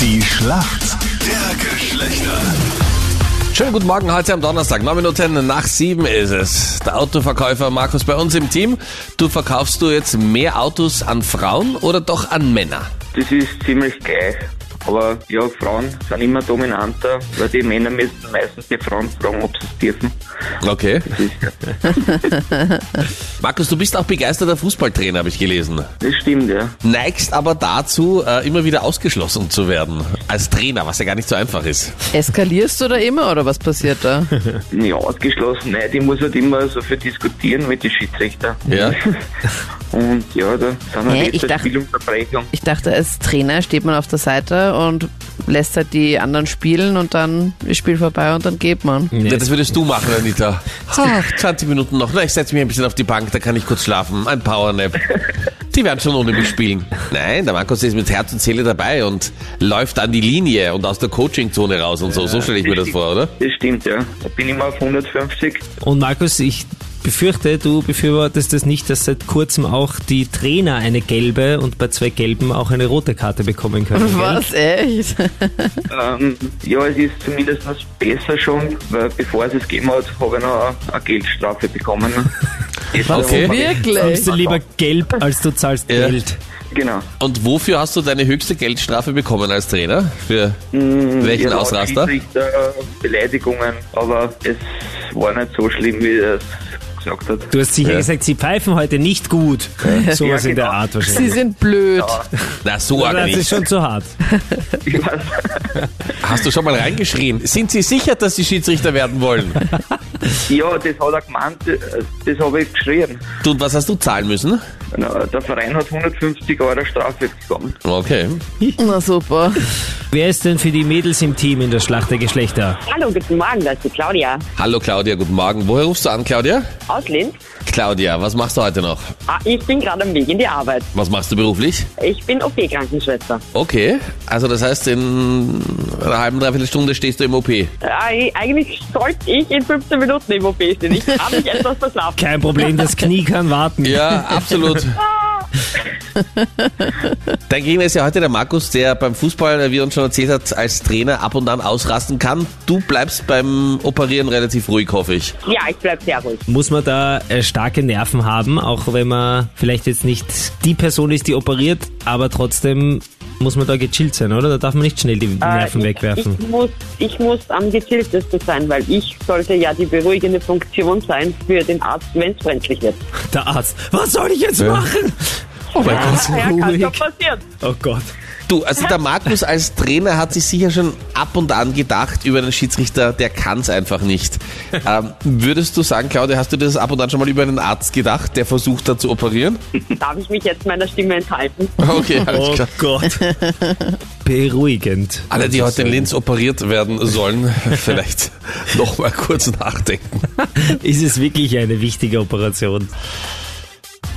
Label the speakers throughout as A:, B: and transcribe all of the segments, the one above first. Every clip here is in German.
A: Die Schlacht der Geschlechter.
B: Schönen guten Morgen heute am Donnerstag. Neun Minuten nach sieben ist es. Der Autoverkäufer Markus bei uns im Team. Du verkaufst du jetzt mehr Autos an Frauen oder doch an Männer?
C: Das ist ziemlich gleich. Aber ja, Frauen sind immer dominanter, weil die Männer müssen meistens die Frauen fragen, ob sie es dürfen.
B: Okay. Markus, du bist auch begeisterter Fußballtrainer, habe ich gelesen.
C: Das stimmt, ja.
B: Neigst aber dazu, äh, immer wieder ausgeschlossen zu werden. Als Trainer, was ja gar nicht so einfach ist.
D: Eskalierst du da immer oder was passiert da?
C: Ja, ausgeschlossen, nein, die muss halt immer so viel diskutieren mit den Schiedsrichter.
B: Ja.
C: Und ja, da sind
D: Hä,
C: halt
D: ich
C: jetzt
D: dachte-
C: Spielunterbrechung.
D: Ich dachte, als Trainer steht man auf der Seite und lässt halt die anderen spielen und dann ist Spiel vorbei und dann geht man.
B: Ja, das würdest du machen, Anita. Ach, 20 Minuten noch. Na, ich setze mich ein bisschen auf die Bank, da kann ich kurz schlafen. Ein Powernap. Die werden schon ohne mich spielen. Nein, der Markus ist mit Herz und Seele dabei und läuft an die Linie und aus der Coachingzone raus und so. So stelle ich mir das vor, oder?
C: Das stimmt, ja. Da bin ich mal auf 150.
E: Und Markus, ich befürchte, du befürwortest das nicht, dass seit kurzem auch die Trainer eine gelbe und bei zwei gelben auch eine rote Karte bekommen können.
D: Mhm.
E: Gell?
D: Was, echt?
C: Ähm, ja, es ist zumindest besser schon, weil bevor es es gegeben hat, habe ich noch eine- eine Geldstrafe bekommen. Das war
B: Okay.
C: aber-
D: Wirklich?
E: Nimmst du lieber gelb, als du zahlst
B: Ja.
E: Geld.
C: Genau.
B: Und wofür hast du deine höchste Geldstrafe bekommen als Trainer? Für
E: Mm,
B: welchen
E: genau,
C: Ja,
B: Ausraster?
C: Schiedsrichter, Beleidigungen, aber es war nicht so schlimm, wie er es gesagt hat.
E: Du hast sicher
B: Ja.
E: gesagt, sie pfeifen heute nicht gut. Sowas
C: Ja,
E: in der
C: genau.
E: Art
D: Sie
E: wahrscheinlich.
D: sind blöd.
B: Na, so
E: Aber
B: arg
E: das ist
B: nicht.
E: schon zu hart.
C: Ich weiß,
B: Hast du schon mal reingeschrien? Sind Sie sicher, dass Sie Schiedsrichter werden wollen?
C: ja, das hat er gemeint, äh, das habe ich geschrien.
B: Du, und was hast du zahlen müssen?
C: Na, Der Verein hat 150 Euro Strafe bekommen.
B: Okay.
D: Na super.
E: Wer ist denn für die Mädels im Team in der Schlacht der Geschlechter?
F: Hallo, guten Morgen, das ist die Claudia
B: Hallo Claudia, guten Morgen. Woher rufst du an, Claudia?
F: aus Linz.
B: Claudia, was machst du heute noch?
F: Ah, ich bin gerade am Weg in die Arbeit.
B: Was machst du beruflich?
F: Ich bin OP-Krankenschwester.
B: Okay, also das heißt, in einer halben, dreiviertel Stunde stehst du im OP.
F: Äh, eig- eigentlich sollte ich in 15 Minuten im OP stehen. Ich habe mich etwas verschlafen.
E: Kein Problem, das Knie kann warten.
B: Ja, absolut. Dein Gegner ist ja heute der Markus, der beim Fußball, wie er uns schon erzählt hat, als Trainer ab und an ausrasten kann. Du bleibst beim Operieren relativ ruhig, hoffe ich.
F: Ja, ich bleibe sehr ruhig.
E: Muss man da äh, starke Nerven haben, auch wenn man vielleicht jetzt nicht die Person ist, die operiert, aber trotzdem muss man da gechillt sein, oder? Da darf man nicht schnell die
F: Äh,
E: Nerven
F: ich,
E: wegwerfen.
F: Ich muss, ich muss am gezieltesten sein, weil ich sollte ja die beruhigende Funktion sein für den Arzt, wenn es brenzlig wird.
E: Der Arzt, was soll ich jetzt machen? Oh mein
F: ja,
E: Gott,
F: kann
E: ruhig.
F: schon passieren.
E: Oh Gott.
B: Du, also der Markus als Trainer hat sich sicher schon ab und an gedacht über einen Schiedsrichter, der kann es einfach nicht. Ähm, würdest du sagen, Claudia, hast du das ab und an schon mal über einen Arzt gedacht, der versucht da zu operieren?
F: Darf ich mich jetzt meiner Stimme enthalten?
B: Okay, alles
E: Oh
B: klar.
E: Gott. Beruhigend.
B: Alle, die heute in Linz operiert werden sollen, vielleicht nochmal kurz nachdenken.
E: Ist es wirklich eine wichtige Operation?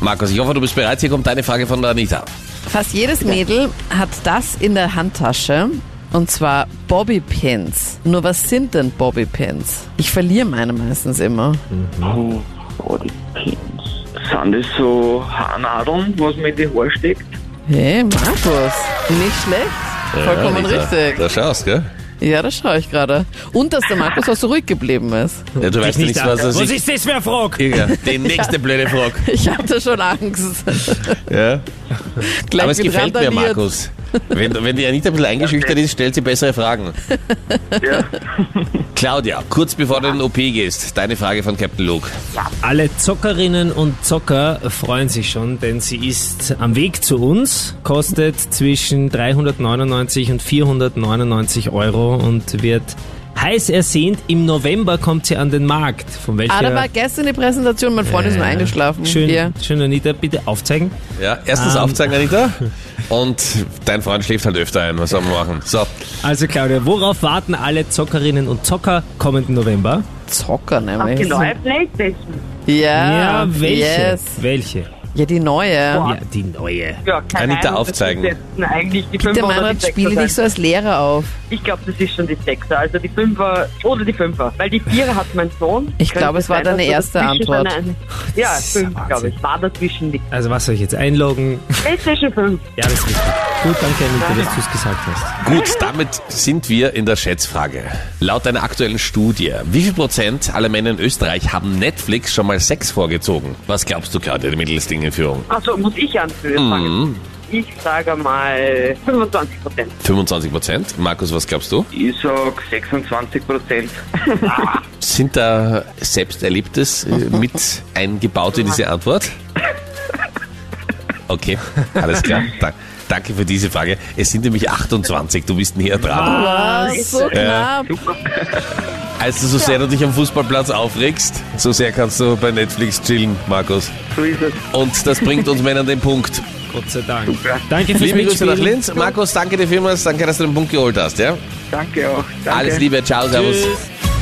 B: Markus, ich hoffe, du bist bereit. Hier kommt deine Frage von der Anita.
D: Fast jedes Mädel hat das in der Handtasche. Und zwar Bobbypins. Nur was sind denn Bobbypins? Ich verliere meine meistens immer.
C: Oh, oh, die Pins. Sind das so Haarnadeln, was man in die Haare steckt?
D: Hey, Markus. Nicht schlecht. Vollkommen
B: Anita,
D: richtig.
B: Da schaust, gell?
D: Ja, das schaue ich gerade. Und dass der Markus auch so ruhig geblieben ist.
B: Ja, du weißt ja nicht, was er
E: was
B: sich...
E: ist das für ein Frog?
B: Ja, die nächste blöde Frage.
D: Ich hatte schon Angst.
B: Ja.
D: Gleich
B: Aber es
D: mit
B: gefällt mir,
D: randaliert.
B: Markus. Wenn, wenn die Anita ein bisschen eingeschüchtert ist, stellt sie bessere Fragen.
C: Ja.
B: Claudia, kurz bevor du in den OP gehst, deine Frage von Captain Luke.
E: Alle Zockerinnen und Zocker freuen sich schon, denn sie ist am Weg zu uns, kostet zwischen 399 und 499 Euro und wird heiß ersehnt. Im November kommt sie an den Markt. Von welcher äh,
D: Ah, da war gestern die Präsentation, mein Freund ist nur eingeschlafen.
E: Schön,
D: Hier.
E: schön, Anita, bitte aufzeigen.
B: Ja, erstens
D: Ah.
E: Ähm.
B: aufzeigen, Anita. Und dein Freund schläft halt öfter ein. Was soll man machen? So,
E: Also Claudia, worauf warten alle Zockerinnen und Zocker kommenden November?
D: Zocker nämlich.
F: Genau, Playstation.
D: Ja,
E: ja, welche?
D: Ah, Yes.
E: Welche?
D: Ja, die neue.
E: Ja, die neue.
F: Ja, keine
B: Anita,
F: Ahnung, das
B: aufzeigen.
F: müsste jetzt Eigentlich die
D: Bitte,
F: Fünfer oder
D: Meinrad,
F: die
D: spiel
F: Sechser
D: dich nicht
F: sein.
D: so als Lehrer auf.
F: Ich glaube, das ist schon die Sechser. Also die Fünfer oder die Fünfer. Weil die Vierer hat mein Sohn.
D: Ich glaub,
F: Könnte
D: es war
F: sein,
D: deine
F: dass
D: erste
F: da dazwischen
D: Antwort.
F: eine- ja,
E: Das ist ja
F: fünf, glaube ich. War dazwischen die
E: Also was soll ich jetzt einloggen?
F: PlayStation 5.
E: Ja, das ist richtig. Gut, danke, Anita, dass du es gesagt hast.
B: Gut, damit sind wir in der Schätzfrage. Laut einer aktuellen Studie, wie viel Prozent aller Männer in Österreich haben Netflix schon mal Sex vorgezogen? Was glaubst du, Claudia, die Mittelsding in Führung?
F: Achso, Also muss ich anfangen? Ich sage mal 25 Prozent.
B: 25 Prozent? Markus, was glaubst du?
C: Ich sag 26 Prozent.
B: Sind da Selbsterlebtes äh, mit eingebaut in diese Antwort? Okay, alles klar. Da, danke für diese Frage. Es sind nämlich 28, du bist näher dran.
D: Was? So knapp.
B: Also so sehr du dich am Fußballplatz aufregst, so sehr kannst du bei Netflix chillen, Markus.
C: So ist es.
B: Und das bringt uns Männer den Punkt.
E: Gott sei Dank. Danke fürs
B: Liebe Grüße nach
E: Mitspielen.
B: Linz. Markus, danke dir vielmals. Danke, dass du den Punkt geholt hast. Ja?
C: Danke auch. Danke.
B: Alles Liebe. Ciao, Servus.
E: Tschüss.